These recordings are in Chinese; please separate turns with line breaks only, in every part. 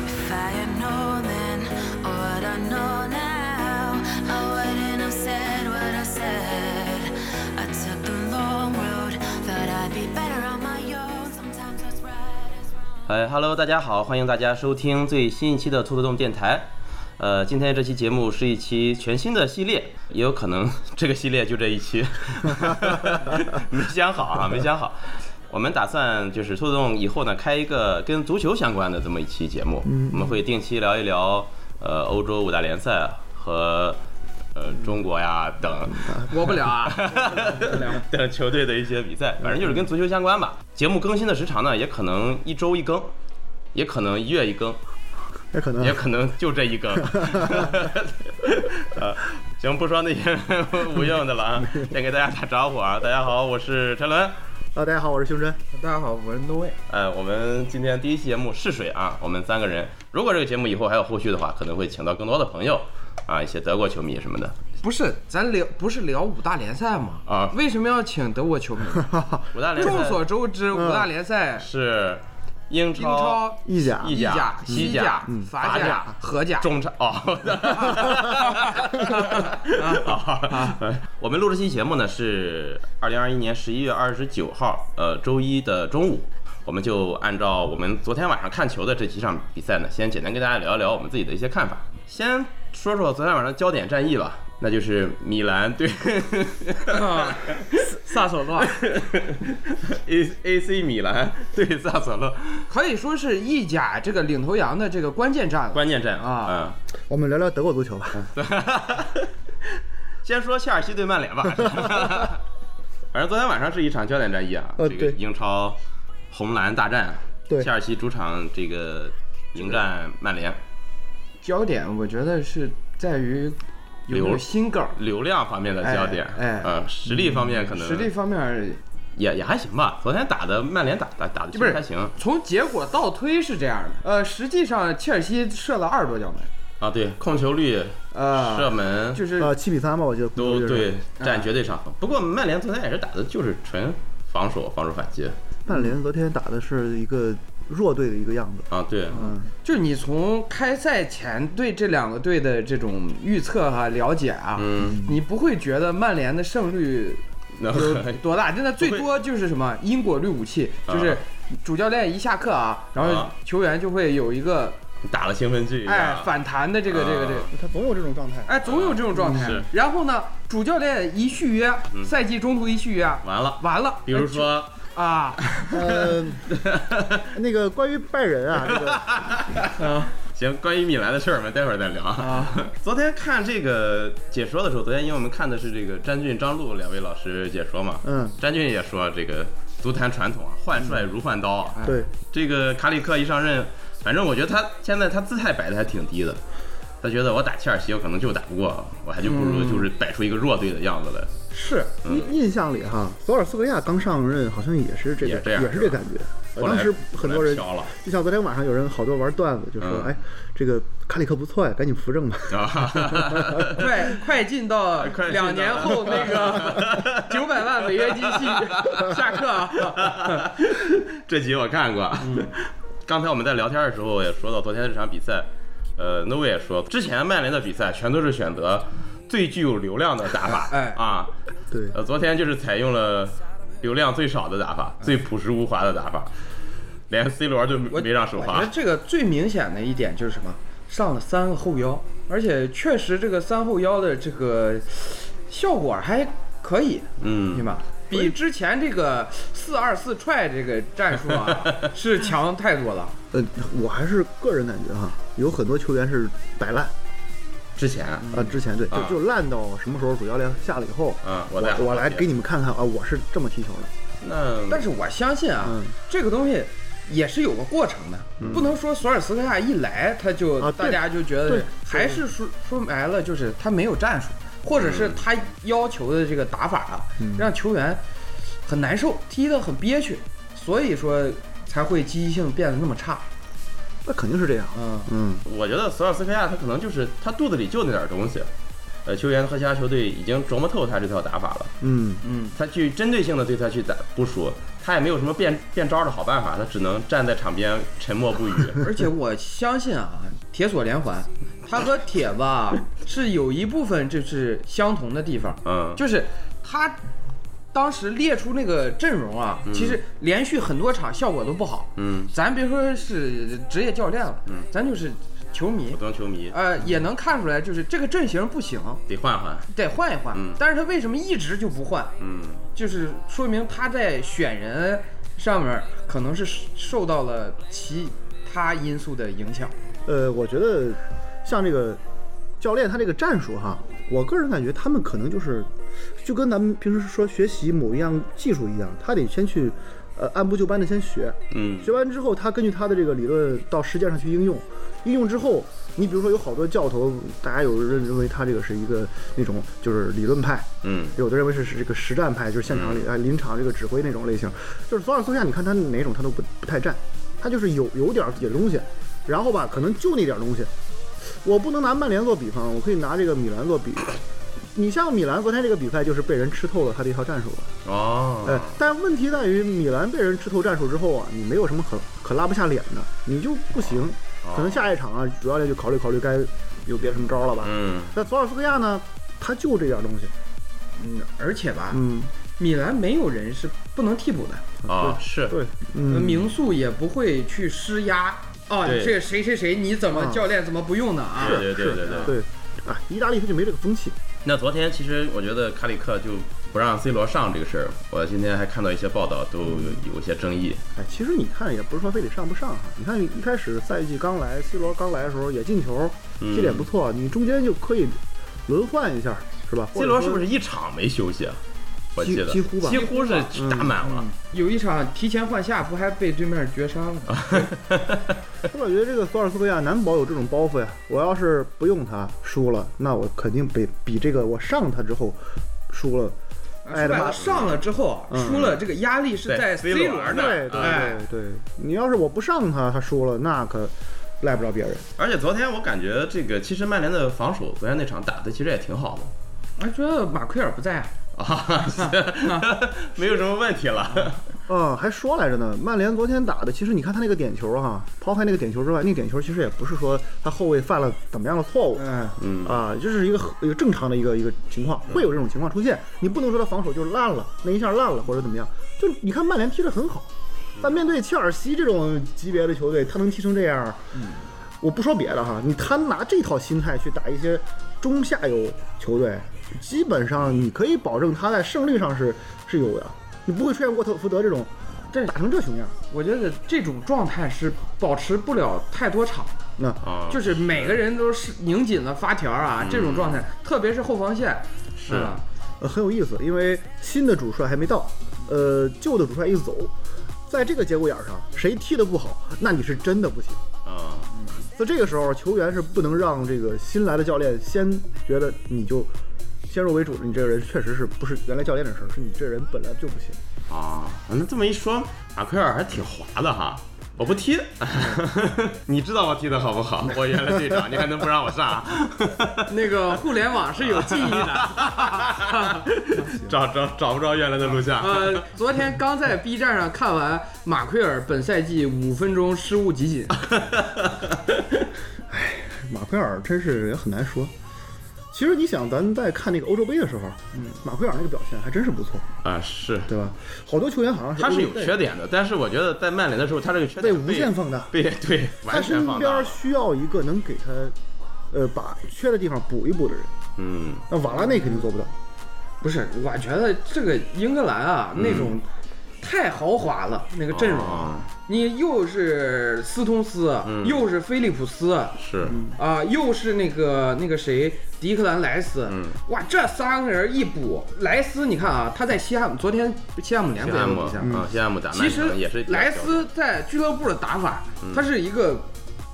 would know then, or what I know now, I wouldn't have said what I said. I took the long road, thought I'd be better on my own. Sometimes what's right is wrong.
呃哈喽，大家好，欢迎大家收听最新一期的兔子洞电台。呃，今天这期节目是一期全新的系列，也有可能 这个系列就这一期， 没想好啊，没想好。我们打算就是兔子洞以后呢，开一个跟足球相关的这么一期节目，我们会定期聊一聊呃欧洲五大联赛和呃中国呀等
播不了啊，播不了。
等球队的一些比赛，反正就是跟足球相关吧。节目更新的时长呢，也可能一周一更，也可能一月一更，
也可能
也可能就这一更。 呃，行，不说那些无用的了啊，先给大家打招呼啊，大家好，我是陈伦。
啊，大家好，我是胸针。
大家好，我是 No Way。
呃，我们今天第一期节目试水啊，我们三个人，如果这个节目以后还有后续的话，可能会请到更多的朋友啊，一些德国球迷什么的。
不是，咱聊不是聊五大联赛吗？
啊
为什么要请德国球迷？
五大联
众所
赛
周知，五大联赛，
是英
英超、
意甲
意
意甲、
西
西
甲
甲、法
甲
甲、荷甲。
中超哦，啊，我们录这期节目呢是二零二一年十一月二十九号，呃，周一的中午，我们就按照我们昨天晚上看球的这几场比赛呢，先简单跟大家聊一聊我们自己的一些看法。先说说昨天晚上焦点战役吧，那就是米兰对
啊萨索洛
A A C 米兰对萨索勒
可以说是意甲这个领头羊的这个关键战了。
关键战
啊
嗯
我们聊聊德国足球吧。
先说切尔西对曼 联吧。反正昨天晚上是一场焦点战役啊，
哦
呃
这个
对
英超红蓝大战，啊
对
切尔西主场这个迎战曼联，
焦点我觉得是在于有没
流
有新梗儿，
流量方面的焦点，
哎哎嗯
呃，实力方面可能
实力方面
也也还行吧。昨天打的曼联打打打的其
不
实
是
还行
从结果倒推是这样的。呃，实际上切尔西射了二十多脚门，
啊，对，控球率、
呃，
射门
就是
呃，七比三吧，我记得。
都对。占
哎
绝对上风。不过曼联昨天也是打的就是纯防守，防守反击
曼联昨天打的是一个弱队的一个样子。
啊，对，
嗯，
就是你从开赛前对这两个队的这种预测和、了解啊，
嗯，
你不会觉得曼联的胜率
那
有多大？真的最多就是什么因果律武器，就是
啊
主教练一下课啊，然后
啊
球员就会有一个
打了兴奋剂，
哎反弹的这个
啊
这个这个。
他总有这种状态。
哎，总有这种状态
嗯是。
然后呢，主教练一续约，赛季中途一续约，
完了。
完了。
嗯比如说，
哎
啊，
呃， 那个关于拜 仁啊，这个
嗯行，关于米兰的事儿，我们待会儿再聊啊。 昨天看这个解说的时候，昨天因为我们看的是这个詹俊、张璐两位老师解说嘛，
嗯，
詹俊也说这个足坛传统啊，换帅如换刀啊。
对，
这个卡里克一上任，反正我觉得他现在他姿态摆的还挺低的，他觉得我打切尔西我可能就打不过，我还就不
嗯
如就是摆出一个弱队的样子来。
是
印印象里哈，索尔斯克亚刚上任好像也是这
也这
个，
样
也是这感觉。
后
呃
来
当时很多人
后来飘了
就像昨天晚上有人好多玩段子，就说
嗯：“
哎，这个卡里克不错呀，赶紧扶正吧。
啊，
快快进到
快进到
两年后 那个九百万违约机器下课啊！
这集我看过。
嗯
刚才我们在聊天的时候也说到昨天这场比赛，呃，No way 也说，之前曼联的比赛全都是选择最具有流量的打法，
哎
啊，”
对，
呃，昨天就是采用了流量最少的打法，最朴实无华的打法，连 C 罗就没让首
我觉
发
得，这个最明显的一点就是什么？上了三个后腰，而且确实这个三后腰的这个效果还可以，对
嗯，
吧？比之前这个四二四踹这个战术 啊是强太多了。
呃，我还是个人感觉哈，有很多球员是摆烂。
之前，
啊，之前对，就
啊
就烂到什么时候主教练下了以后，
啊我
我
再
我来
好
给你们看看啊，我是这么踢球的，
那
嗯但是我相信啊，
嗯
这个东西也是有个过程的，不能说索尔斯克亚一来他就、
啊对
大家就觉得
对
还是说说白了就是他没有战术，或者
嗯
是他要求的这个打法啊，让球员很难受，踢得很憋屈，所以说才会积极性变得那么差。
那肯定是这样。
嗯，
嗯，
我觉得索尔斯克亚他可能就是他肚子里就那点儿东西，呃，球员和其他球队已经琢磨透他这套打法了。
嗯，
他去针对性的对他去打部署，他也没有什么 变变招的好办法，他只能站在场边沉默不语。
而且我相信啊，铁索连环，它和铁吧是有一部分就是相同的地方，
嗯，
就是他当时列出那个阵容啊，其实连续很多场效果都不好。
嗯，
咱别说是职业教练了，咱就是球迷
普，通球
哎
迷
呃，也能看出来，就是这个阵型不行，
得换换，
得换一换。
嗯
但是他为什么一直就不换？
嗯，
就是说明他在选人上面可能是受到了其他因素的影响。
呃，我觉得像这个教练他这个战术哈，我个人感觉他们可能就是就跟咱们平时说学习某一样技术一样，他得先去呃按部就班的先学，
嗯
学完之后他根据他的这个理论到实践上去应用，应用之后。你比如说，有好多教头，大家有认认为他这个是一个那种就是理论派，
嗯
有的认为是是这个实战派，就是现场里啊临场这个指挥那种类型，就是左上左下，你看他哪种他都不不太占，他就是有有点儿自己的东西，然后吧，可能就那点儿东西。我不能拿曼联做比方，我可以拿这个米兰做比。你像米兰昨天这个比赛就是被人吃透了他的一套战术了，哎
哦，，
但问题在于米兰被人吃透战术之后啊，你没有什么可可拉不下脸的，你就不行。可能下一场啊，主教练就考虑考虑该有别的什么招儿了吧。
嗯
那索尔斯克亚呢，他就这点儿东西，
嗯，而且吧，
嗯，
米兰没有人是不能替补的。
啊是，
对，
呃，
嗯，
名宿也不会去施压啊，
对
这个谁谁谁，你怎么
啊
教练怎么不用呢啊？
对对对对对。
对，啊，意大利他就没这个风气，
那昨天其实我觉得卡里克就不让 C 罗上这个事儿，我今天还看到一些报道都有有一些争议。
哎，其实你看也不是说非得上不上哈，你看一开始赛季刚来，C 罗刚来的时候也进球，
嗯
这点不错，你中间就可以轮换一下，是吧
C 罗是不
是？
是一场没休息啊？我记
几
得
几乎吧嗯
几乎是打满了。
有一场提前换下，不还被对面绝杀了吗？
我感觉这个索尔斯克亚难保有这种包袱呀，我要是不用他输了，那我肯定比比这个我上他之后输了，
啊
哎
说白
他妈
了，上了之后啊
嗯
输了，这个压力是
对
在
C
C
罗
罗
那
那
儿
儿。
对对
哎
对对，你要是我不上他，他输了，那可赖不着别人。
而且昨天我感觉这个，其实曼联的防守昨天那场打的其实也挺好的
啊，主要马奎尔不在啊，
啊， 没有什么问题了。
啊，还说来着呢，曼联昨天打的，其实你看他那个点球哈、抛开那个点球之外，那个点球其实也不是说他后卫犯了怎么样的错误，
嗯，
嗯
啊，就是一个一个正常的一个一个情况，会有这种情况出现。你不能说他防守就是烂了，那一下烂了或者怎么样。就你看曼联踢得很好，但面对切尔西这种级别的球队，他能踢成这样，我不说别的哈，你他拿这套心态去打一些中下游球队，基本上你可以保证他在胜率上是是有的，你不会出现沃特福德这种
这
打成这熊样。
我觉得这种状态是保持不了太多场的，
那
啊，
就是每个人都是拧紧了发条啊，这种状态，特别是后防线，嗯是吧？
呃，很有意思，因为新的主帅还没到，呃，旧的主帅一走，在这个节骨眼儿上，谁踢得不好，那你是真的不行。
啊，
所以这个时候，球员是不能让这个新来的教练先觉得你就先入为主，你这个人确实是不是原来教练的事儿，是你这人本来就不行。
啊，那这么一说，马奎尔还挺滑的哈。我不踢， 你知道我踢的好不
嗯
好？我原来队长，你还能不让我上？啊
那个互联网是有记忆的。
找找找不着原来的录像。
嗯
呃，昨天刚在 B 站上看完马奎尔本赛季五分钟失误集锦，
马奎尔真是也很难说。其实你想，咱在看那个欧洲杯的时候，
嗯
马奎尔那个表现还真是不错，
啊，是，
对吧？好多球员好像是
他是有
欧洲杯
缺点的，但是我觉得在曼联的时候，他这个缺
被
点
无限放大。
被对
他
完全
身
放大
边
了。
需要一个能给他，呃，把缺的地方补一补的人。
嗯，
那瓦拉内肯定做不到。
不是，我觉得这个英格兰啊那种太豪华了，那个阵容啊，
啊
你又是斯通斯，
嗯
又是菲利普斯啊、
是，
嗯
又是那个那个谁迪克兰莱斯，
嗯
哇，这三个人一补，莱斯你看啊，他在西汉姆昨天西汉姆联
西
赛
汉姆
比赛，
啊，西汉姆打曼
其实
城也是比较嗯
莱斯在俱乐部的打法，他是一个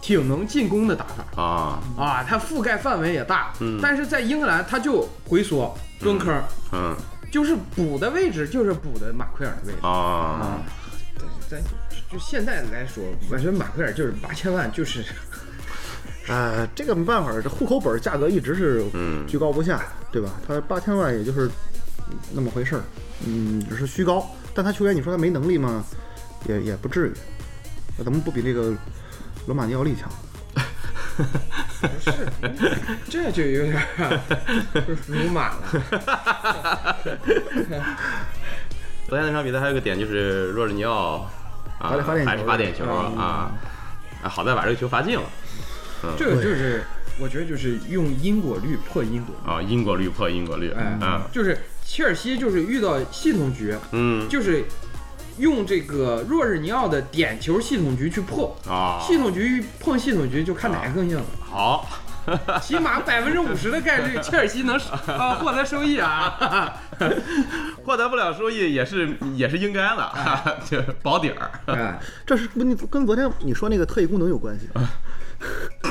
挺能进攻的打法。
啊，
啊，它覆盖范围也大，
嗯
但是在英格兰它就回缩蹲坑，
嗯
就是补的位置就是补的马奎尔的位置。
嗯
啊，
对，咱就现在来说，我觉得马奎尔就是八千万， 就是
啊，这个没办法，这户口本价格一直是
嗯
居高不下，对吧？他八千万也就是那么回事儿，嗯，只是虚高。但他球员，你说他没能力吗？也也不至于。那咱们不比这个罗马尼奥利强？
不是，这就有点儿 鲁莽了。
昨天那场比赛还有个点就是若日尼奥啊
罚点罚点球
还是罚点球啊啊，好在把这个球罚进了
这个就是，我觉得就是用因果律破因果。
啊，因果律破因果律
哎，
啊，
就是切尔西就是遇到系统局，
嗯
就是用这个若日尼奥的点球系统局去破。
啊，
系统局碰系统局，就看哪个更硬了。
好，
起码百分之五十的概率，切尔西能啊获得收益啊！
获得不了收益也是也是应该
哎
了， 就保底儿。
哎，
这是跟你跟昨天你说那个特异功能有关系，
啊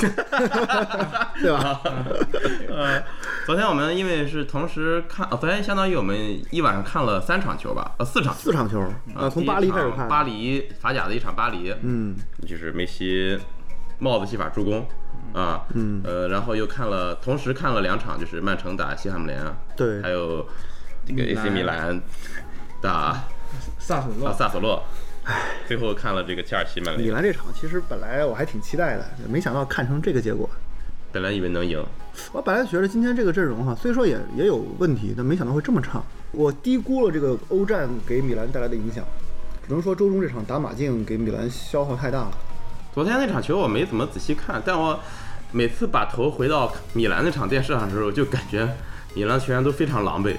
对吧？嗯
呃，昨天我们因为是同时看，呃昨天相当于我们一晚上看了三场球吧，呃，四场。
四场球，呃，从
第一
巴黎
场
开始看，
巴，黎法甲的一场巴黎，
嗯，
就是梅西帽子戏法助攻啊，
嗯
呃，然后又看了，同时看了两场，就是曼城打西汉姆联啊，
对
还，有这个
米兰
AC 米兰打
萨索
啊
洛，
萨索洛，最后看了这个切尔西曼
米
联，
兰这场其实本来我还挺期待的，没想到看成这个结果。
本来以为能赢，
我本来觉得今天这个阵容哈、虽说也也有问题，但没想到会这么差。我低估了这个欧战给米兰带来的影响，只能说周中这场打马竞给米兰消耗太大了。
昨天那场球我没怎么仔细看，但我每次把头回到米兰那场电视上的时候，就感觉米兰球员都非常狼狈。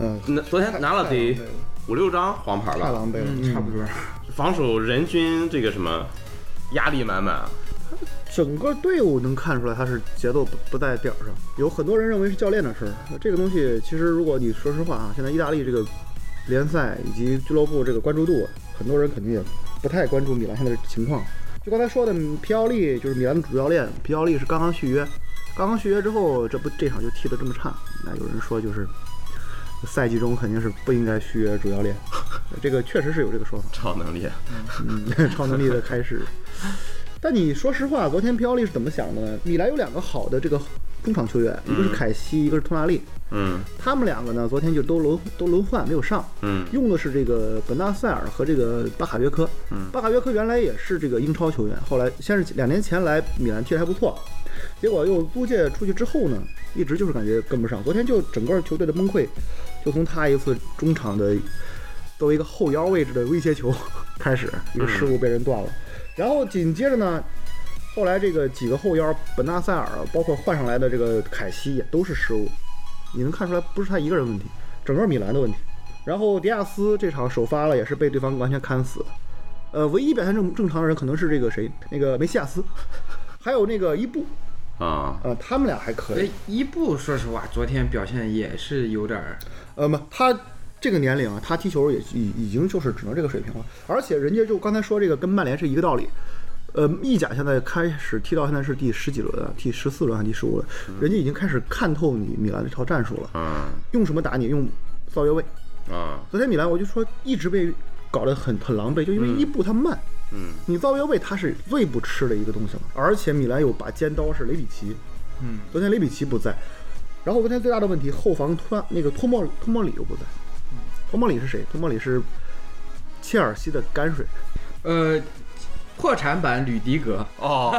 嗯、
那昨天拿了得
太狼狈了
五六张黄牌
太
了，
狼狈了，
嗯，差不多。
防守人均这个什么压力满啊满。
整个队伍能看出来他是节奏不不在点儿上。有很多人认为是教练的事儿，这个东西其实如果你说实话啊，现在意大利这个联赛以及俱乐部这个关注度，很多人肯定也不太关注米兰现在的情况。就刚才说的，皮奥利就是米兰的主教练，皮奥利是刚刚续约，刚刚续约之后，这不这场就踢得这么差，那有人说就是赛季中肯定是不应该续约主教练，这个确实是有这个说法。
超能力，
嗯， 超能力的开始。但你说实话，昨天皮奥利是怎么想的呢？米兰有两个好的这个中场球员，一个是凯西，一个是托纳利，
嗯
他们两个呢，昨天就都轮都轮换没有上，
嗯
用的是这个本纳塞尔和这个巴卡约科。巴卡约科原来也是这个英超球员，后来先是两年前来米兰踢得还不错，结果又租借出去之后呢，一直就是感觉跟不上。昨天就整个球队的崩溃，就从他一次中场的作为一个后腰位置的威胁球开始，一个失误被人断了，然后紧接着呢。后来这个几个后腰，本纳塞尔，包括换上来的这个凯西，也都是失误。你能看出来不是他一个人问题，整个米兰的问题。然后迪亚斯这场首发了，也是被对方完全砍死。呃，唯一表现正正常的人可能是这个谁，那个梅西亚斯，还有那个伊布，
啊，
呃，他们俩还可
所
以
以。伊布，哎说实话，昨天表现也是有点儿，
呃，不，他这个年龄啊，他踢球也已已经就是只能这个水平了。而且人家就刚才说这个跟曼联是一个道理。呃，意甲现在开始踢到现在是第十几轮啊，第十四轮还是第十五轮，人家已经开始看透你米兰这套战术了。
嗯
用什么打你？用造越位。
啊，
昨天米兰我就说一直被搞得很很狼狈，就因为伊布他慢，
嗯
你造越位他是最不吃的一个东西了。而且米兰有把尖刀是雷比奇，
嗯，
昨天雷比奇不在，然后昨天最大的问题后防突那个托莫托莫里又不在，托莫里是谁？托莫里是切尔西的泔水，
呃，破产版吕迪格。
哦，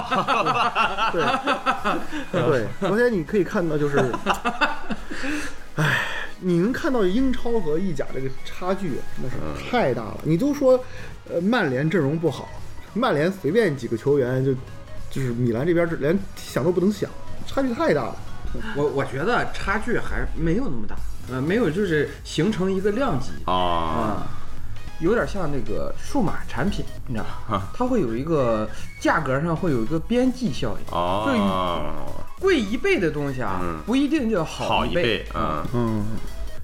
对对。昨天你可以看到就是，唉，你能看到英超和意甲这个差距那是太大了。你都说，呃，曼联阵容不好，曼联随便几个球员就就是米兰这边是连想都不能想，差距太大了。
我我觉得差距还没有那么大，呃，没有就是形成一个量级
啊，
啊、有点像那个数码产品，你知道吧
啊？
它会有一个价格上会有一个边际效应，
哦，
贵一倍的东西啊
嗯，
不一定就好
好一
倍
倍，嗯
嗯，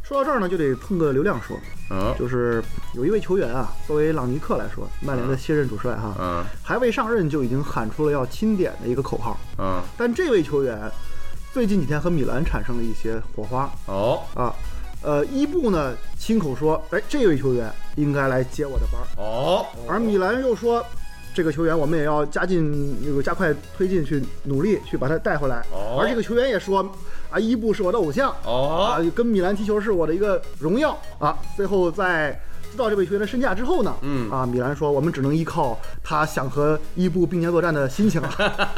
说到这儿呢，就得碰个流量说，
嗯
就是有一位球员啊，作为朗尼克来说，曼联的新任主帅哈、
嗯
还未上任就已经喊出了要钦点的一个口号。
嗯，
但这位球员最近几天和米兰产生了一些火花
哦
啊。呃，伊布呢亲口说，哎，这位球员应该来接我的班儿，
哦，
而米兰又说，这个球员我们也要加进那个加快推进去努力去把他带回来。
哦
而这个球员也说，啊，伊布是我的偶像，
哦
啊，跟米兰踢球是我的一个荣耀啊。最后在知道这位球员的身价之后呢，
嗯
啊，米兰说我们只能依靠他想和伊布并肩作战的心情了。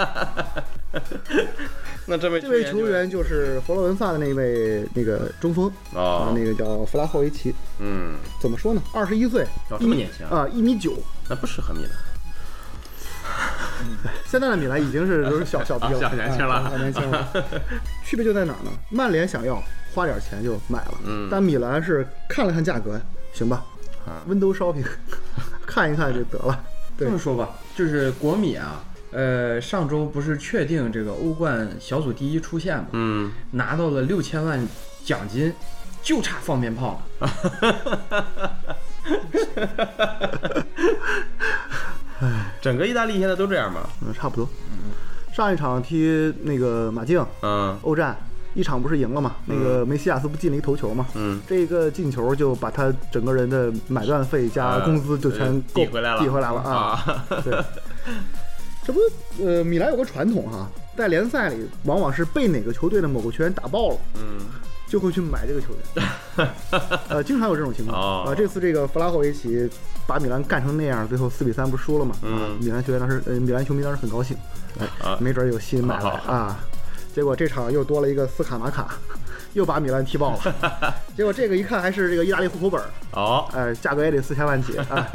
那这位
这位球
就
员就是佛罗伦萨的那位那个中锋啊
哦，，
那个叫弗拉霍维奇，
嗯，
怎么说呢？二十一岁，
哦
一
这么
米
年轻啊
啊，一米九。
那不适合米兰。
现在的米兰已经是都是小 小逼了，
小年轻了
啊小年 轻了。区别就在哪儿呢？曼联想要花点钱就买了，
嗯
但米兰是看了看价格，行吧
啊
，window shopping，看一看就得了。对
这么说吧，就是国米啊，呃，上周不是确定这个欧冠小组第一出线嘛，
嗯，
拿到了六千万奖金，就差放鞭炮了。
整个意大利现在都这样吧？
嗯，差不多。上一场踢那个马竞
嗯
欧战，一场不是赢了嘛？那个梅西亚斯不进了一头球嘛？
嗯，
这个进球就把他整个人的买断费加工资就全
呃
够
抵回来了，
抵回来了啊！ 对，这不呃，米兰有个传统哈、在联赛里往往是被哪个球队的某个球员打爆了，
嗯，
就会去买这个球员， 呃，经常有这种情况啊、
哦
这次这个弗拉霍维奇把米兰干成那样，最后四比三不是输了嘛？啊
嗯，
米兰球员当时呃，米兰球迷当时很高兴，哎
啊，
没准有新买来
好好
啊。结果这场又多了一个斯卡马卡， 又把米兰踢爆 了。结果这个一看还是这个意大利户口本儿，
哦，
哎，价格也得四千万起 啊，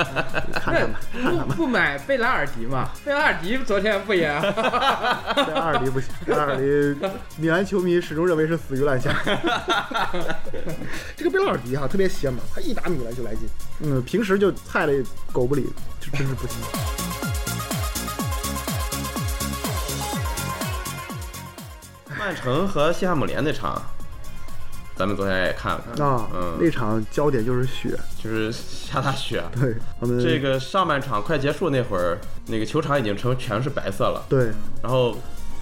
看看吧。
哎不不买贝莱尔迪嘛？贝莱尔迪昨天不也？
在阿尔迪不行，阿尔迪米兰球迷始终认为是死鱼 烂虾。这个贝拉尔迪哈、特别邪门，他一打米兰就来劲，嗯，平时就菜的狗不理，就真是不行。
曼城和西汉姆联那场，咱们昨天也看了看
啊，那
嗯，
场焦点就是血，
就是下大雪。
对我们
这个上半场快结束那会儿，那个球场已经成全是白色了，
对，
然后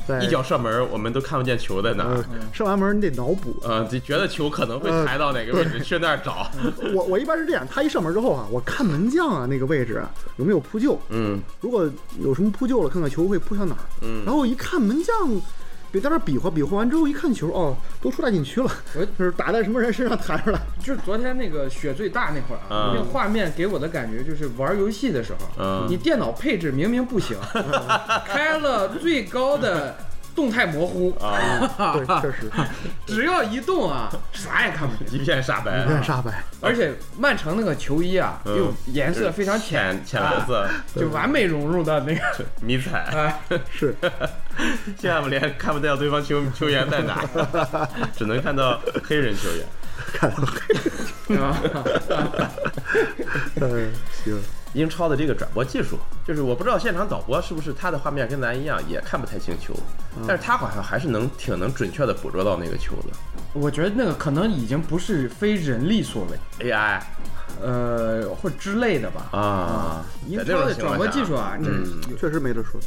在
一脚嗯射门，我们都看不见球在哪儿
呃。射完门你得脑补。
呃，就觉得球可能会抬到哪个位置，去那儿找。
我我一般是这样，他一射门之后啊，我看门将啊那个位置啊有没有扑救，
嗯
如果有什么扑救了，看看球会扑向哪儿。
嗯
然后一看门将，别在那儿比划比划完之后，一看球，哦，都出大禁区了，
哎
我
就是打在什么人身上弹出来。
就是昨天那个雪最大那会儿啊，
嗯
那个画面给我的感觉就是玩游戏的时候，
嗯
你电脑配置明明不行， 开了最高的动态模糊，
啊，
对，确实
只要一动啊，啥也看不见。
一片煞白啊
有，点煞白。
而且曼城那个球衣啊，
嗯
又颜色非常浅，
浅浅蓝色
就完美融入到那个。
迷彩。
哎，
是，
西汉姆联看不到对方球球员在哪，只能看到黑人球员。
对吧？
嗯，行，
英超的这个转播技术，就是我不知道现场导播是不是他的画面跟咱一样也看不太清球，但是他好像还是能挺能准确的捕捉到那个球的。
我觉得那个可能已经不是非人力所为，
AI
呃，或者之类的吧。
啊，
英
在这
超
种
的
情
转
况
播
下
技术啊，这
嗯
确实没得说。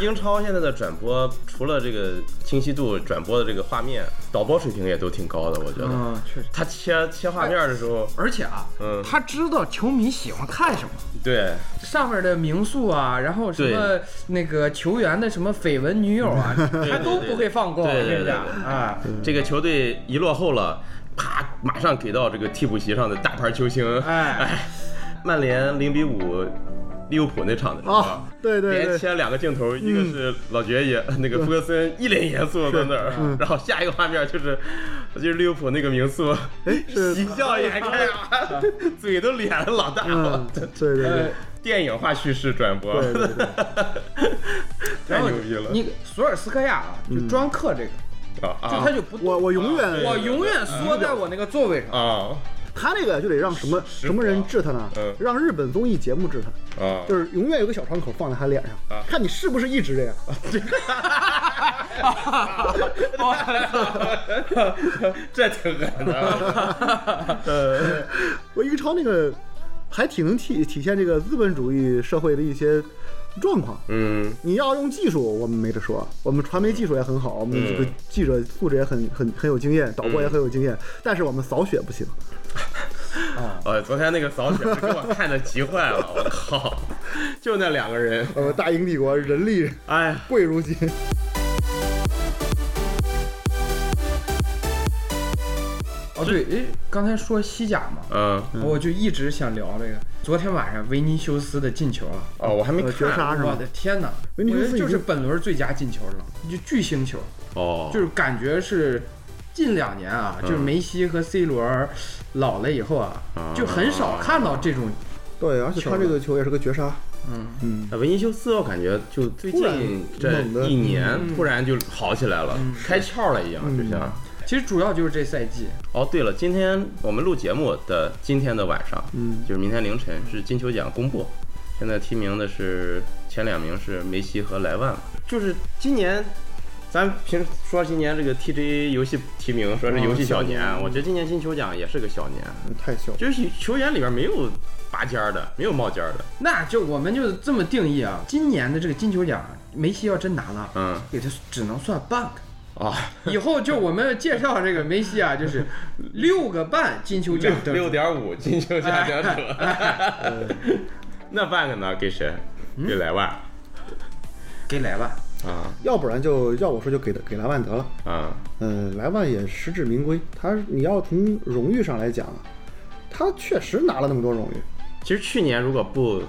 英超现在的转播，除了这个清晰度、转播的这个画面，导播水平也都挺高的，我觉得。
嗯，确实。
他切切画面的时候，
而且啊，
嗯
他知道球迷喜欢看什么，
对，
上面的名宿啊，然后什么那个球员的什么绯闻女友 啊，他都不会放过，
对对
是不是
对
啊
对对
啊？
这个球队一落后了，啪，马上给到这个替补席上的大牌球星。
哎，
曼联零比五，利物浦那场的时候。
哦
啊，对对嗯
连
对，
切两个镜头，一个是老爵爷，那个弗格森一脸严肃地在那儿，然后下一个画面就是就是利物浦那个名宿，
哎是
喜笑颜开 啊， 嘴都咧了老大了
嗯。，对对
哎
对，
电影化叙事转播，
对对对
太牛逼了！
那个索尔斯克亚啊，就专克这个，
啊
就
啊
他就不动
嗯我嗯我永远
我永远缩在我那个座位上。
啊
他那个就得让什么
食
什么人
堂
治他呢
嗯？
让日本综艺节目治他。
啊，
就是永远有个小窗口放在他脸上
啊，
看你是不是一直这样。
这挺狠 的。呃，
我英超那个还挺能体体现这个资本主义社会的一些状况。
嗯
你要用技术，我们没得说，我们传媒技术也很好，我们
嗯
这个记者素质也很很很有经验，导播也很有经验，但是我们扫雪不行。
呃，昨天那个扫雪是给我看的急坏了，我靠，就那两个人，
呃，大英帝国人力
哎呀，
贵如金。啊
哦，对，诶，刚才说西甲嘛，
嗯，
我就一直想聊这个。昨天晚上维尼修斯的进球啊，
哦，我还没
呃
看
绝杀是
我
吗？
的天哪！
维尼修斯
我觉得就
已
是
经
本轮最佳进球了，就巨星球，
哦，
就是感觉是近两年啊，就是梅西和 C 罗老了以后啊，就很少看到这种。
对，而且他这个球也是个绝杀，
嗯，
嗯，
呃维尼修斯，我感觉就最
突然
近这
猛地
一年
嗯
突然就好起来了，开窍了一样，就像。
其实主要就是这赛季，
哦，对了，今天我们录节目的今天的晚上，
嗯
就是明天凌晨是金球奖公布，现在提名的是前两名是梅西和莱万嘛，就是今年。咱平时说今年这个 TJ 游戏提名说是游戏哦小年，我觉得今年金球奖也是个小年，
太小了。
就是球员里边没有拔尖儿的，没有冒尖儿的，
那就我们就这么定义啊，今年的这个金球奖，梅西要真拿了，
嗯
给他只能算半个。
啊，
以后就我们介绍这个梅西啊，就是六个半金球奖得主
六点 五金球奖得主， 那半个呢给谁？给莱万
给莱万。
啊
要不然就要我说就给的给莱万得了。
啊
嗯，莱万也实至名归。他你要从荣誉上来讲啊，他确实拿了那么多荣誉，
其实去年如果不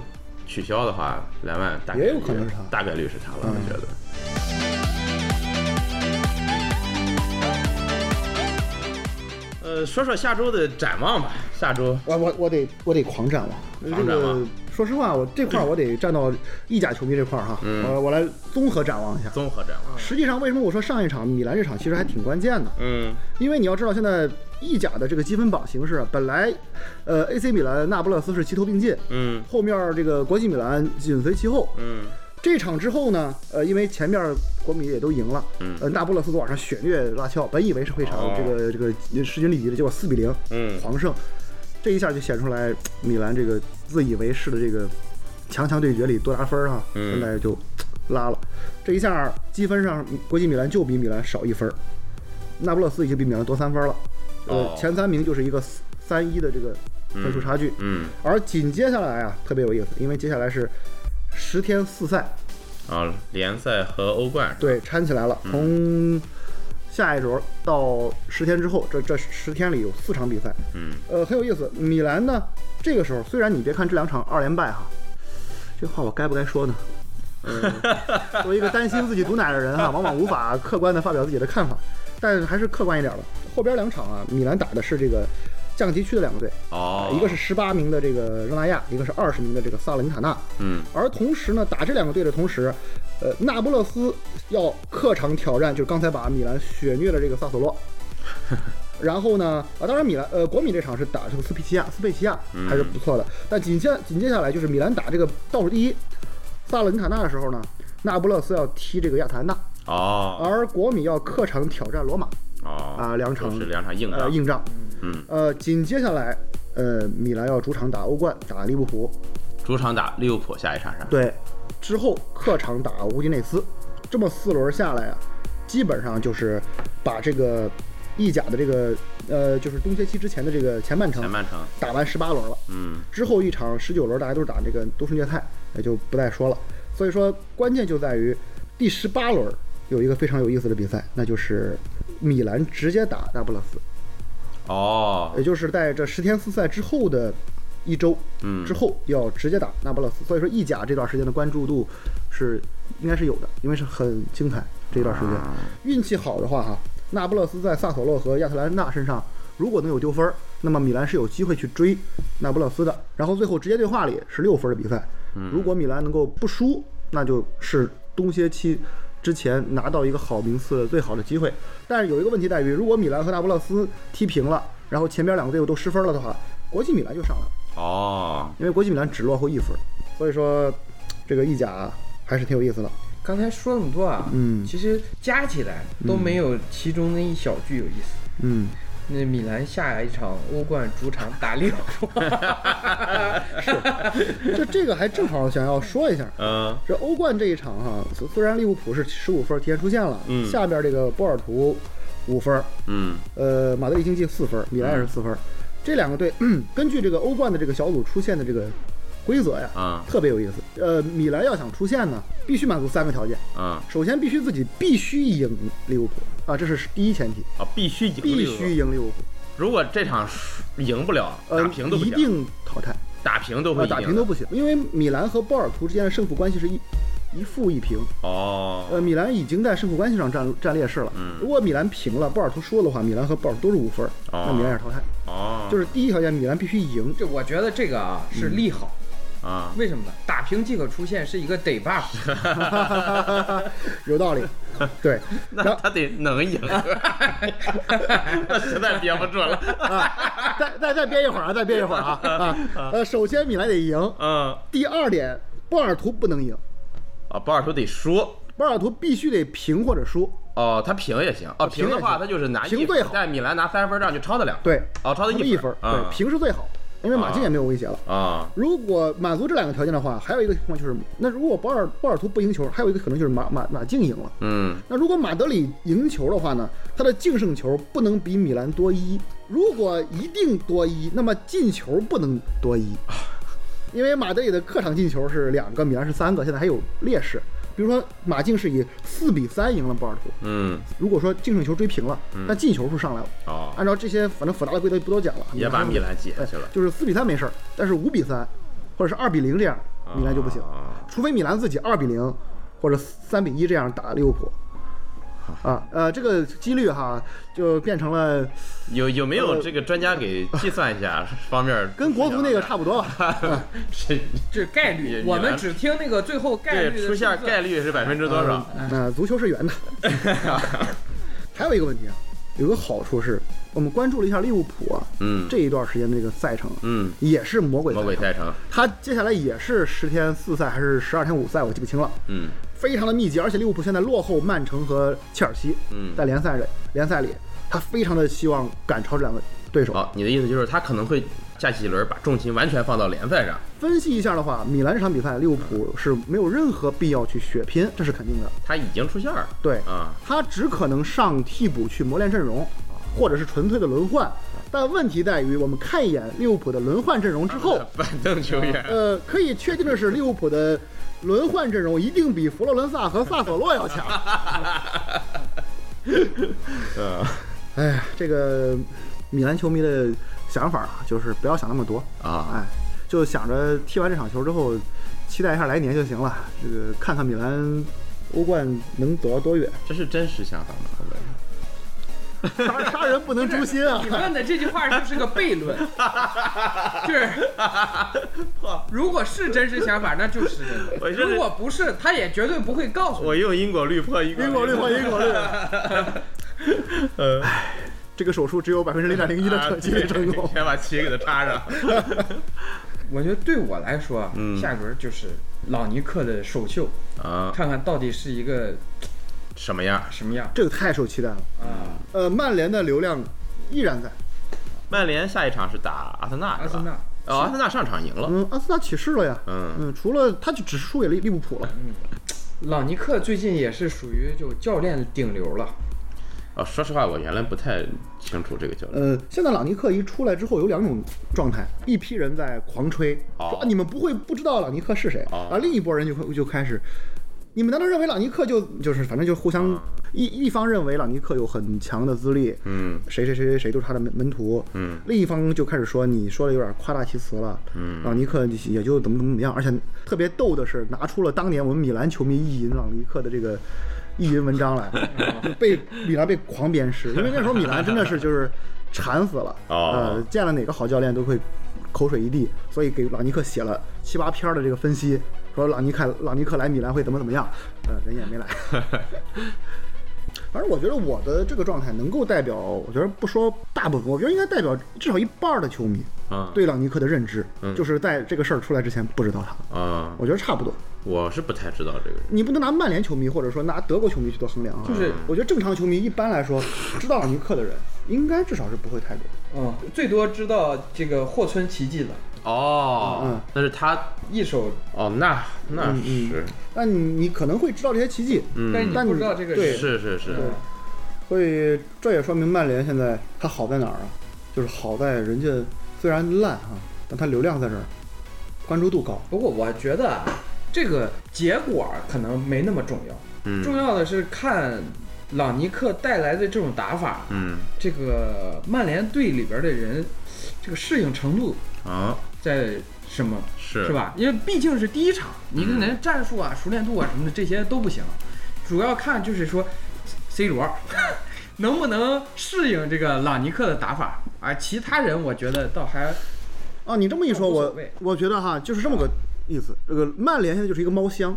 取消的话，莱万大概率
也有可能是他
大概率是他了，
嗯
我觉得。
嗯
呃，说说下周的展望吧。下周
我我我得我得狂战王。
狂
这
战
个
王
说实话，我这块儿我得站到意甲球迷这块儿哈，
嗯
我我来综合展望一下。
综合展望，
实际上，为什么我说上一场米兰这场其实还挺关键的？
嗯
因为你要知道，现在意甲的这个积分榜形势啊，本来，呃，AC 米兰、那不勒斯是齐头并进，
嗯
后面这个国际米兰紧随其后。
嗯
这场之后呢，呃，因为前面国米也都赢了，
嗯
呃，那不勒斯昨晚上血虐拉乔，本以为是会场
哦
这个、这个势均力敌的，结果四比零
嗯
狂胜，这一下就显出来米兰这个自以为是的这个强强对决里多拿分儿啊，
嗯
现在就拉了，这一下积分上国际米兰就比米兰少一分儿，那不勒斯已经比米兰多三分了，
哦
呃，前三名就是一个四三一的这个分数差距，
嗯
而紧接下来啊特别有意思，因为接下来是十天四赛。
啊，联赛和欧冠是吧
对，掺起来
嗯
了。从下一周到十天之后，这这十天里有四场比赛，
嗯
呃，很有意思。米兰呢，这个时候虽然你别看这两场二连败哈，这话我该不该说呢？呃， 作为一个担心自己毒奶的人哈，往往无法客观的发表自己的看法，但还是客观一点吧。后边两场啊，米兰打的是这个降级区的两个队，
哦，
一个是十八名的这个热那亚，一个是二十名的这个萨勒尼塔纳。
嗯
而同时呢，打这两个队的同时，呃，那不勒斯要客场挑战，就是刚才把米兰血虐的这个 萨索洛。然后呢，啊，当然米兰，呃，国米这场是打这个斯皮齐亚，斯佩齐亚
嗯
还是不错的。但紧接紧接下来就是米兰打这个倒数第一萨勒尼塔纳的时候呢，那不勒斯要踢这个亚特兰大，
哦
而国米要客场挑战罗马，
哦
啊两场
就是两场硬
呃，
仗，
硬仗。
嗯，
呃，紧接下来，呃，米兰要主场打欧冠，打利物浦，
主场打利物浦，下一场是吧？
对，之后客场打乌迪内斯，这么四轮下来啊，基本上就是把这个意甲的这个呃，就是冬歇期之前的这个前半程
前半程，
打完十八轮了，
嗯
之后一场十九轮大家都是打这个都是虐菜，也就不再说了。所以说，关键就在于第十八轮有一个非常有意思的比赛，那就是米兰直接打那不勒斯，
哦
也就是在这十天四赛之后的一周，
嗯
之后要直接打那不勒斯，所以说意甲这段时间的关注度是应该是有的，因为是很精彩这段时间。运气好的话哈，那不勒斯在萨索洛和亚特兰大身上如果能有丢分儿，那么米兰是有机会去追那不勒斯的。然后最后直接对话里是六分的比赛，如果米兰能够不输，那就是冬歇期。之前拿到一个好名次的最好的机会，但是有一个问题在于，如果米兰和那不勒斯踢平了，然后前边两个队伍都失分了的话，国际米兰就上来了。
哦，
因为国际米兰只落后一分，所以说这个意甲还是挺有意思的。
刚才说那么多啊，
嗯
其实加起来都没有其中的一小句有意思。
嗯，
那米兰下一场欧冠主场打利物浦，
这这个还正好想要说一下，
嗯
这欧冠这一场哈、虽虽然利物浦是十五分提前出线了，
嗯
下边这个波尔图五分，
嗯
呃，马德里竞技四分，米兰也是四分，这两个队 根据这个欧冠的这个小组出线的这个规则呀，
嗯
特别有意思。呃，米兰要想出线呢，必须满足三个条件，
嗯
首先必须自己必须赢利物浦啊，这是第一前提，
啊，必须赢，
必须赢利物浦。
如果这场赢不了，
呃，
打平都不
一
行，
定淘汰，
打平都会啊
呃，
一定
打
的
平都不行，因为米兰和波尔图之间的胜负关系是一一负一平，
哦，
呃，米兰已经在胜负关系上占占劣势了。
嗯
如果米兰平了，波尔图输的话，米兰和波尔图都是五分儿，
哦
那米兰也是淘汰。
哦，
呃就是第一条件，米兰必 须赢。
这我觉得这个啊是利好，
啊，
为什么呢？打平即可出线是一个得 buff，
有道理，对。
那他得能 赢，那实在憋不住了，
啊，再再再憋一会儿啊，再憋一会 儿啊啊！呃，首先米兰得赢，
嗯，
第二点，波尔图不能赢，
啊，波尔图得输。
波尔图必须得平或者输。
哦，他平也行哦，平的
平也
话
行
他就是拿一
平最好
但米兰拿三分这样就超得了。
对，
哦，超
他
得
们
一
分儿，
啊
对，平是最好，因为马竞也没有威胁了。
啊
如果满足这两个条件的话，还有一个情况就是，那如果波尔波尔图不赢球，还有一个可能就是马马马竞赢了。
嗯
那如果马德里赢球的话呢，他的净胜球不能比米兰多一。如果一定多一，那么进球不能 多一，因为马德里的客场进球是两个，米兰是三个，现在还有劣势。比如说马竞是以四比三赢了波尔图，
嗯
如果说净胜球追平了，那进球数上来了。
哦，
按照这些反正复杂的规则不多讲了，
也把米兰挤下去了
哎就是四比三没事儿，但是五比三或者是二比零这样，哎米兰就不行，
啊
除非米兰自己二比零或者三比一这样打利物浦。啊，呃，这个几率哈，就变成了
有有没有这个专家给计算一 下方面？
呃跟国足那个差不多吧。
是，
这概
也
率。
也
我们
难
只听那个最后概率
对，
的
出现
数字
概率是百分之多少？
那足球是圆的。嗯还有一个问题啊，有个好处是，我们关注了一下利物浦啊，
嗯
这一段时间的这个赛程，
嗯，
也是魔鬼
魔鬼赛程，
他接下来也是十天四赛还是十二天五赛，我记不清了，
嗯
非常的密集，而且利物浦现在落后曼城和切尔西，
嗯
在联赛里，联赛里他非常的希望赶超这两个对手。
哦，你的意思就是他可能会下几轮把重心完全放到联赛上，
分析一下的话，米兰这场比赛利物浦是没有任何必要去血拼，这是肯定的。
他已经出线了。
对，
啊，
他只可能上替补去磨练阵容，或者是纯粹的轮换。但问题在于，我们看一眼利物浦的轮换阵容之后，
板凳球员
呃，可以确定的是，利物浦的轮换阵容一定比佛罗伦萨和萨索洛要强。
嗯
哎呀，这个米兰球迷的想法啊，就是不要想那么多，
啊
哎，就想着踢完这场球之后，期待一下来年就行了。这个看看米兰欧冠能走到多远，
这是真实想法吗？我问
杀杀人不能诛心 啊
你！问的这句话是不是个 悖论？就是，如果是真实想法，那就是真的
我；就是
如果不是，他也绝对不会告诉
我
你。
用因果律破因
因果律换因果律，
呃，
这个手术只有百分之零点零 一的
啊
成几率成功。
先把棋给它插上。
我觉得对我来说啊
嗯，
下一轮就是朗尼克的首秀，
啊，
看看到底是一个
什么样？
什么样
这个太受期待了。
嗯
啊？
呃，曼联的流量依然在，
曼联下一场是打阿森纳，
阿
是吧
森纳，
哦，阿森纳上场赢了。
嗯，阿森纳起势了呀。
嗯，
嗯，除了他就只输给利利物浦了，
朗尼克最近也是属于就教练顶流了。
哦，说实话，我原来不太清楚这个教练。
呃，现在朗尼克一出来之后，有两种状态，一批人在狂吹，
哦
说啊你们不会不知道朗尼克是谁，啊
哦
而另一波人就会就开始，你们难道认为朗尼克就就是反正就互
啊
相、一一方认为朗尼克有很强的资历，
嗯
谁谁谁谁谁都是他的门门徒，
嗯，
另一方就开始说你说的有点夸大其词了，嗯，朗尼克也就怎么怎么怎么样，而且特别逗的是拿出了当年我们米兰球迷意淫朗尼克的这个意淫文章来， 被米兰被狂鞭尸，因为那时候米兰真的是就是馋死了，
哦
呃，见了哪个好教练都会口水一地，所以给朗尼克写了七八篇儿的这个分析，说朗尼克朗尼克来米兰会怎么怎么样，呃，人也没来。 反正我觉得我的这个状态能够代表，我觉得不说大部分，我觉得应该代表至少一半儿的球迷
啊，
对朗尼克的认知，就是在这个事儿出来之前不知道他，
啊，
我觉得差不多。
我是不太知道这个人。
你不能拿曼联球迷或者说拿德国球迷去做衡量啊，
就是
我觉得正常球迷一般来说知道朗尼克的人，应该至少是不会太多。
嗯，最多知道这个霍村奇迹了，
哦
嗯，
那是他。
一手，
哦，那那是
但你你可能会知道这些奇迹，
嗯
但是你
但
不
你
知道这个
对
人
是是是，
嗯
所以这也说明曼联现在它好在哪儿啊？就是好在人家虽然烂哈、但它流量在这儿，关注度高。
不过我觉得啊，这个结果可能没那么重要，
嗯
重要的是看朗尼克带来的这种打法，
嗯
这个曼联队里边的人，这个适应程度
啊
在什么？
是
是？吧？因为毕竟是第一场，你可能战术啊、熟练度啊什么的这些都不行，主要看就是说 C 罗 能不能适应这个朗尼克的打法啊。其他人我觉得倒还
啊，你这么一说，
无所
我
谓
我觉得哈，就是这么个意思。这个曼联现在就是一个猫 箱，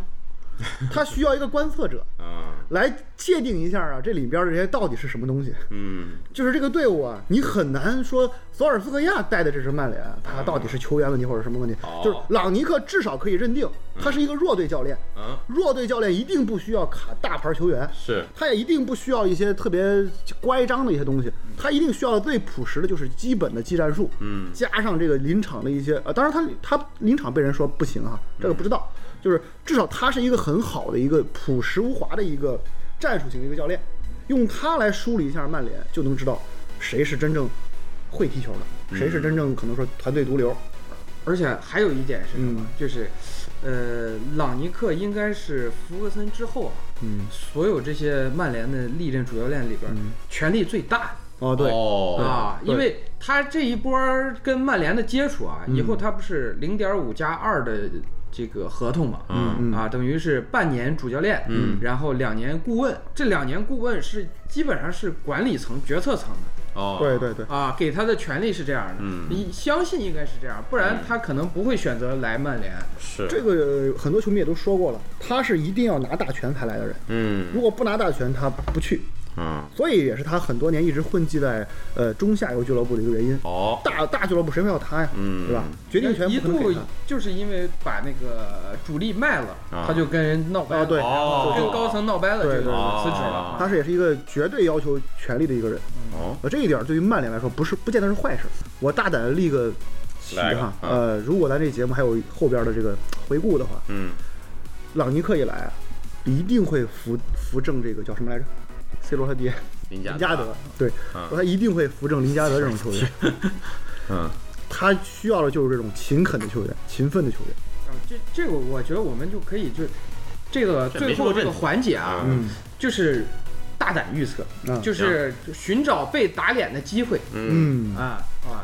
它需要一个观测者
啊，
来界定一下啊，这里边儿这些到底是什么东西。
嗯
就是这个队伍啊，你很难说索尔斯克亚带的这支曼联，他到底是球员问题或者什么问题
哦。
就是朗尼克至少可以认定他是一个弱队教练，
啊，
弱队教练一定不需要卡大牌球员，
是
他也一定不需要一些特别乖张的一些东西，他一定需要最朴实的就是基本的技战术，
嗯
加上这个临场的一些，呃，当然他他临场被人说不行啊，
嗯
这个不知道，就是至少他是一个很好的一个朴实无华的一个战术型的一个教练，用他来梳理一下曼联，就能知道谁是真正会踢球的，谁是
嗯
真正可能说团队毒瘤，
而且还有一点是什么？
嗯
就是，呃，朗尼克应该是福格森之后啊，
嗯，
所有这些曼联的历任主教练里边儿，权力最大
哦对，
的
哦，
啊，
对
因为他这一波儿跟曼联的接触
嗯
啊，以后他不是零点五加二的这个合同嘛，
嗯
嗯
啊，等于是半年主教练，
嗯
然后两年顾问，这两年顾问是基本上是管理层、决策层的。
哦，
对对对，
啊，给他的权利是这样的，
嗯
你相信应该是这样，不然他可能不会选择来曼联。
是
这个呃很多球迷也都说过了，他是一定要拿大权才来的人，
嗯
如果不拿大权他不去，
嗯
所以也是他很多年一直混迹在呃中下游俱乐部的一个原因。
哦，
大大俱乐部谁会要他呀？
嗯
对吧？决定权
一
不可能
度
给他。
就是因为把那个主力卖了，
啊
他就跟人闹掰了，
啊对
然后
哦
跟高层闹掰了，就
对
辞职
对
对
了。啊
他是也是一个绝对要求权力的一个人。
哦，
呃，这一点对于曼联来说不是不见得是坏事。我大胆地立个旗
来个
哈，
嗯
呃，如果咱这节目还有后边的这个回顾的话，
嗯，
朗尼克一来，啊一定会扶扶正这个叫什么来着？C 罗他爹
林加
林加德，对，
嗯
他一定会扶正林加德这种球员。
嗯
他需要的就是这种勤恳的球员，勤奋的球员。
啊，这这个我觉得我们就可以就这个
这
最
没什么
后这个
问题
环节啊，
嗯
嗯，
就是大胆预测，
啊，
就是寻找被打脸的机会
嗯
嗯
啊啊！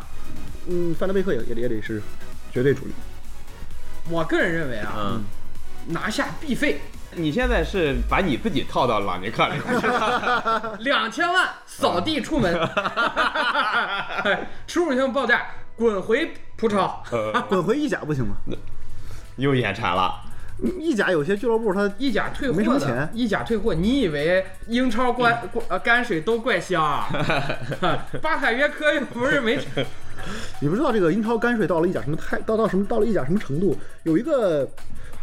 嗯，范德贝克也也得也得是绝对主力。
我个人认为啊，
嗯，
拿下必费
你现在是把你自己套到朗尼克里面去了，
两千万扫地 出门，耻辱性报价，滚回葡超。
滚回意甲不行吗？嗯
又眼馋了。
意甲有些俱乐部他
意甲退
没什
货
么
的
钱，
意甲退货，你以为英超怪
嗯
呃泔水都怪 香 啊？巴卡约科又不是没
你不知道这个英超干水到了意甲什么态，到到什么到了意甲什么程度？有一个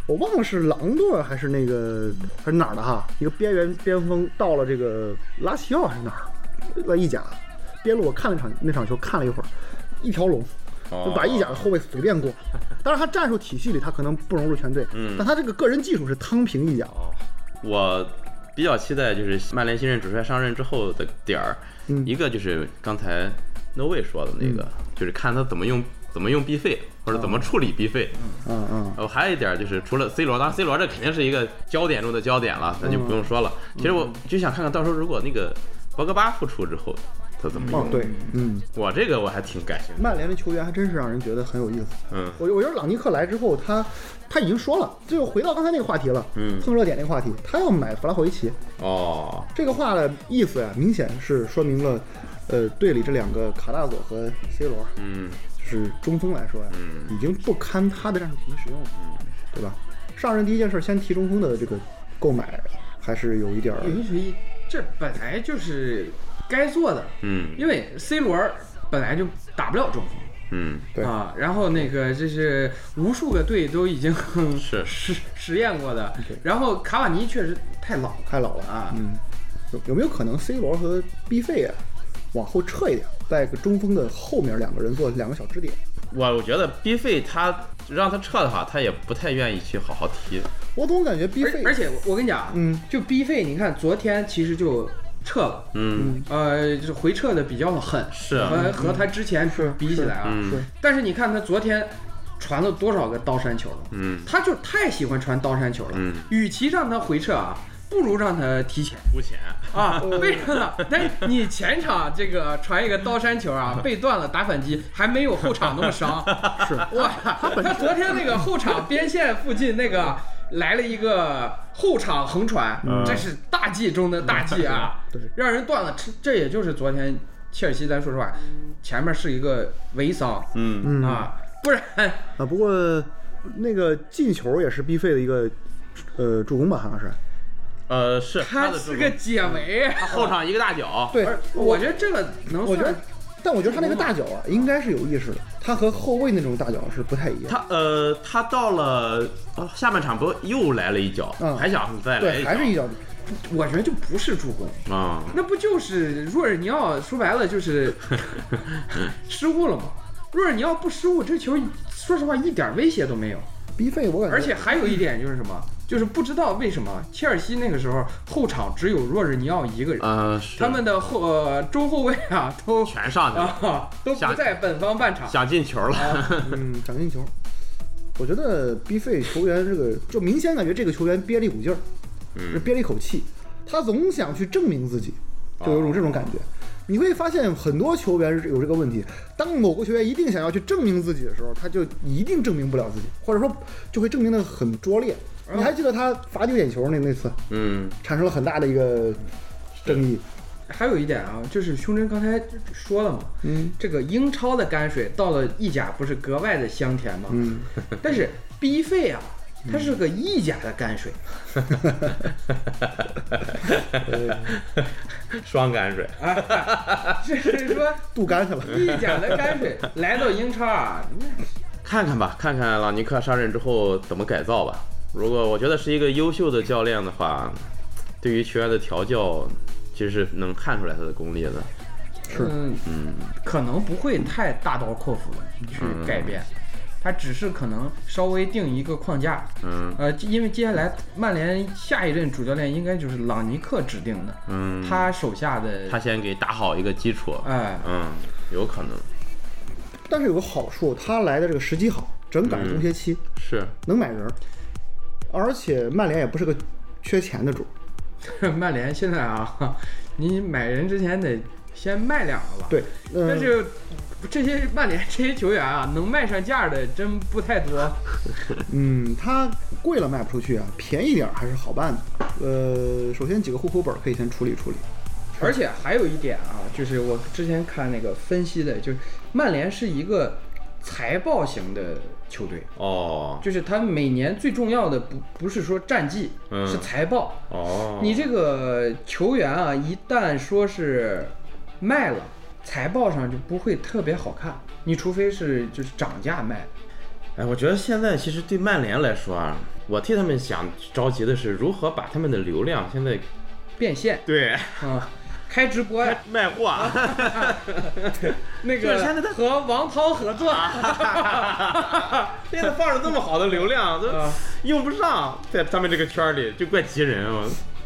我忘了是狼队还是那个还是哪儿的哈，一个边缘边锋到了这个拉齐奥还是哪儿，在意甲边路我看了场那场球看了一会儿，一条龙。就把意甲的后卫随便过，当然他战术体系里他可能不融入全队，
嗯
但他这个个人技术是趟平啊意甲，
哦，我比较期待就是曼联新任主帅上任之后的点儿，
嗯
一个就是刚才 No Way 说的那个，就是看他怎么用怎么用 B 费或者怎么处理 B 费。
嗯嗯，
哦，还有一点儿就是，除了 C 罗，当然 C 罗这肯定是一个焦点中的焦点了，那就不用说了。其实我就想看看到时候如果那个博格巴复出之后，他怎么
哦
用？
对，嗯，
我这个我还挺感兴趣。
曼联的球员还真是让人觉得很有意思。
嗯
我我觉得朗尼克来之后，他他已经说了，就是回到刚才那个话题了，
嗯
蹭热点那个话题，他要买弗拉霍维奇，
哦，
这个话的意思呀、明显是说明了，呃，队里这两个卡纳佐和 C 罗，
嗯
就是中锋来说呀、
嗯
已经不堪他的战术体系使用了，对吧？上任第一件事，先提中锋的这个购买，还是有一点儿，
有一说一，这本来就是该做的，
嗯
因为 C 罗本来就打不了中锋。
嗯，
对
啊，然后那个这是无数个队都已经
是
实实验过的
对，
然后卡瓦尼确实太老了
太老了
啊，
嗯，有有没有可能 C 罗和 B 费啊往后撤一点，在个中锋的后面两个人做两个小支点？
我我觉得 B 费他让他撤的话，他也不太愿意去好好踢。
我总感觉 B 费
而而且我我跟你讲，啊
嗯，
就 B 费，你看昨天其实就撤了，
嗯
呃，就是回撤的比较狠，
是啊
和和他之前
嗯是
比起来啊，
嗯
是
但是你看他昨天传了多少个刀山球了，
嗯
他就太喜欢传刀山球了，
嗯
与其让他回撤啊，不不如让他提前
肤浅，
啊？ 为什么呢？但你前场这个传一个刀山球啊，被断了打反击，还没有后场那么伤。
是
哇，他昨天那个后场边线附近那个来了一个后场横传，这是大忌中的大忌啊！
对
让人断了。这这也就是昨天切尔西，咱说实话，前面是一个围桑
嗯，
嗯
啊，不然
啊，不过那个进球也是必费的一个呃助攻吧，好像是。
呃，是
他
的
是
助
个
攻
解围。啊
后场一个大脚，
对
而我觉得这个能
我觉得
算，
但我觉得他那个大脚啊，应该是有意识的，他和后卫那种大脚是不太一样。
他呃，他到了、哦下半场不又来了一脚，
嗯
还想再来
对，还是一
脚
脚。
我觉得就不是助攻，
啊、
那不就是若尔尼奥？说白了就是 失误了吗？若尔尼奥不失误，这球说实话一点威胁都没有。
逼费我感觉，
而且还有一点就是什么，就是不知道为什么切尔西那个时候后场只有若日尼奥一个
啊
人，
呃，是
他们的后、呃、中后卫啊都
全上去了，
啊都不
想
在本方半场。
想进球了，
嗯，想进球。我觉得逼费球员这个，就明显感觉这个球员憋了一股劲儿，是憋了一口气，他总想去证明自己，就有种这种感觉。你会发现很多球员是有这个问题，当某个球员一定想要去证明自己的时候，他就一定证明不了自己，或者说就会证明的很拙劣。你还记得他罚丢点球那那次，
嗯，
产生了很大的一个争议。
还有一点啊，就是胸针刚才说了嘛，
嗯，
这个英超的泔水到了意甲不是格外的香甜吗？
嗯，
但是 B 费啊，它是个意甲的泔水
双杆水，
啊，
嗯
就是说
杜干去了。
意 甲的泔水来到英超啊，
看看吧，看看朗尼克上任之后怎么改造吧。如果我觉得是一个优秀的教练的话，对于球员的调教，其实是能看出来他的功力的。
是
嗯，可能不会太大刀阔斧地去改变，他只是可能稍微定一个框架。
嗯
呃，因为接下来曼联下一任主教练应该就是朗尼克指定的，
嗯，
他手下的，
他先给打好一个基础，
哎，
嗯，有可能
但是有个好处，他来的这个时机好，正赶上冬歇期，
是
能买人儿，而且曼联也不是个缺钱的主，
曼联现在啊，你买人之前得先卖两个吧。
对，嗯、
但是这些曼联这些球员啊，能卖上价的真不太多。
嗯，它贵了卖不出去啊，便宜点儿还是好办的。呃，首先几个户口本儿可以先处理处理，
而且还有一点啊，就是我之前看那个分析的，就是曼联是一个财报型的球队，
哦
就是他每年最重要的不不是说战绩，
嗯
是财报。
哦，
你这个球员啊，一旦说是卖了，财报上就不会特别好看，你除非是就是涨价卖。
哎，我觉得现在其实对曼联来说啊，我替他们想着急的是如何把他们的流量现在
变现
对
啊，开直播呀，
卖货啊，
那
就是现在啊
个
他
和王涛合作，
现在放着这么好的流 量都
啊
用不上，在他们这个圈儿里就怪急人啊，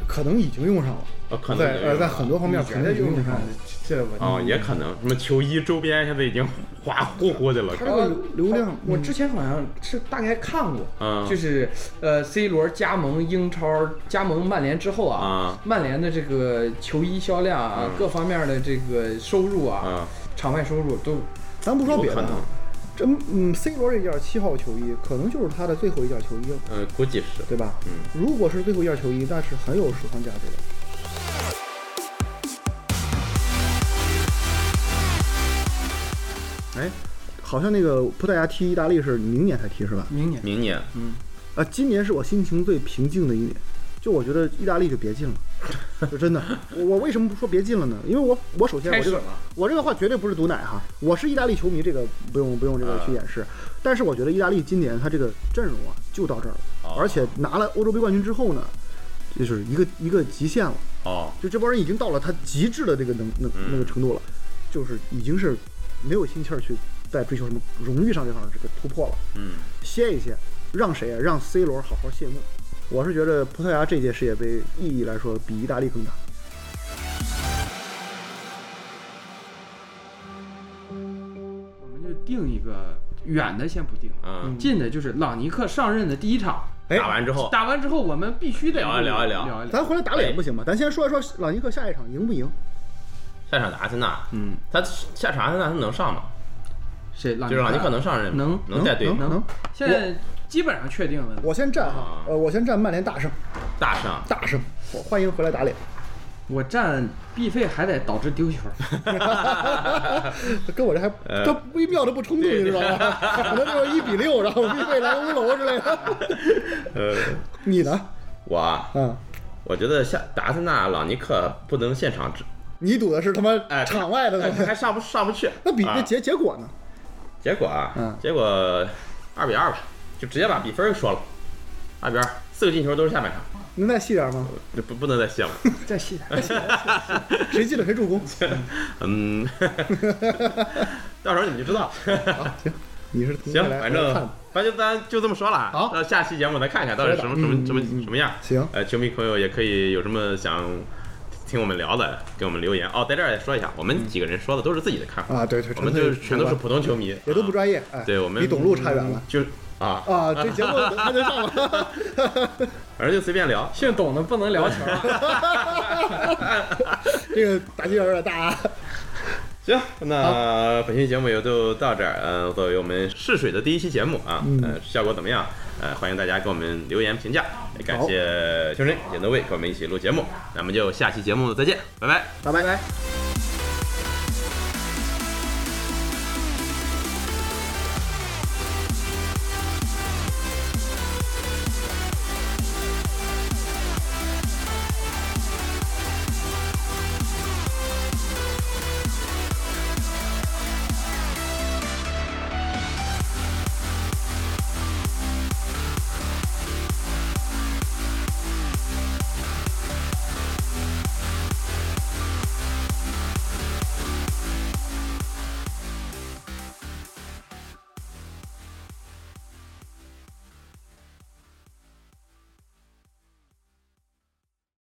可能已经用上了，
啊可能
在
没有
呃在很多方面可能已经用上了。
这我
哦，也可能什么球衣周边现在已经 哗呼呼的了，
它这个流流量，
我
嗯
之前好像是大概看过，
嗯
就是呃，C 罗加盟英超、加盟曼联之后啊，
啊嗯
曼联的这个球衣销量啊，各方面的这个收入啊，
啊
场外收入都
咱不说别的
有可能
啊，这嗯 C 罗这件七号球衣可能就是他的最后一件球衣了，
嗯，估计是
对吧？嗯，如果是最后一件球衣，那是很有收藏价值的。哎，好像那个葡萄牙踢意大利是明年才踢是吧？
明年
明年
啊，今年是我心情最平静的一年，就我觉得意大利就别进了，就真的。我我为什么不说别进了呢？因为我我首先
开
我
始
这个
了。
我这个话绝对不是毒奶哈，我是意大利球迷，这个不用不用这个去掩饰。但是我觉得意大利今年他这个阵容啊，就到这儿了
哦，
而且拿了欧洲杯冠军之后呢，就是一个一个极限了，
哦，
就这帮人已经到了他极致的这个能能那个程度了，就是已经是没有心气儿去再追求什么荣誉上这方面这个突破了。
嗯，
歇一歇，让谁啊？让 C 罗好好谢幕。我是觉得葡萄牙这届世界杯意义来说，比意大利更大。
我们就定一个远的先不定，
嗯
近的就是朗尼克上任的第一场，
哎
打嗯完之后，
打完之后，我们必须得
聊一聊一聊
聊一聊。
咱回来打脸不行吗？咱先说一说朗尼克下一场赢不赢？
下场打阿森纳，嗯，他下场阿森纳他能上吗？
谁？朗
就是朗尼
克
克能上任吗
能
能带队吗
啊能
能，现在基本上确定了。
我先站哈
啊，
呃，我先站曼联大胜，
大胜，
大胜，我欢迎回来打脸。
我站必费还得导致 丢球，
跟我这还
呃
这微妙的不冲突，你知 道吗？可能就是一比六，然后必费来个乌龙之类的。
呃，
你呢？
我啊
嗯，
我觉得下打阿森纳朗尼克不能现场 指，
你赌的是他妈
哎
场外的
哎
东西
还上不上不去，
那比
啊
这结结果呢？
结果啊
嗯，
结果二比二吧，就直接把比分儿说了，二比二，四个进球都是下半场，
能再细点吗？
这不不能再歇 了。
再细 点，再细点，谁进了谁助攻。
嗯， 到时候你们就知 道。
你是
行，
来
反
来看
正
的
反正咱就这么说了啊。
好
那下期节目咱看看到底什么什
嗯
么什么什么样。
行
呃，球迷朋友也可以有什么想听我们聊的，给我们留言。哦，在这儿也说一下，我们几个人说的都是自己的看法，
嗯啊，对对，
我们
纯
就
粹
是全都是
看吧
普通球迷，
也都不
啊，
专业，哎，
对我们
比董路差远了
就啊，
啊。这节目还能上吗？
反正就随便聊。
姓董的不能聊球。
这个打击有点大啊。
行，那本期节目也就到这儿，呃，作为我们试水的第一期节目啊，
嗯
呃，效果怎么样？呃，欢迎大家给我们留言评价，也感谢秋神、简德卫跟我们一起录节目，咱们就下期节目再见，拜拜。
拜拜。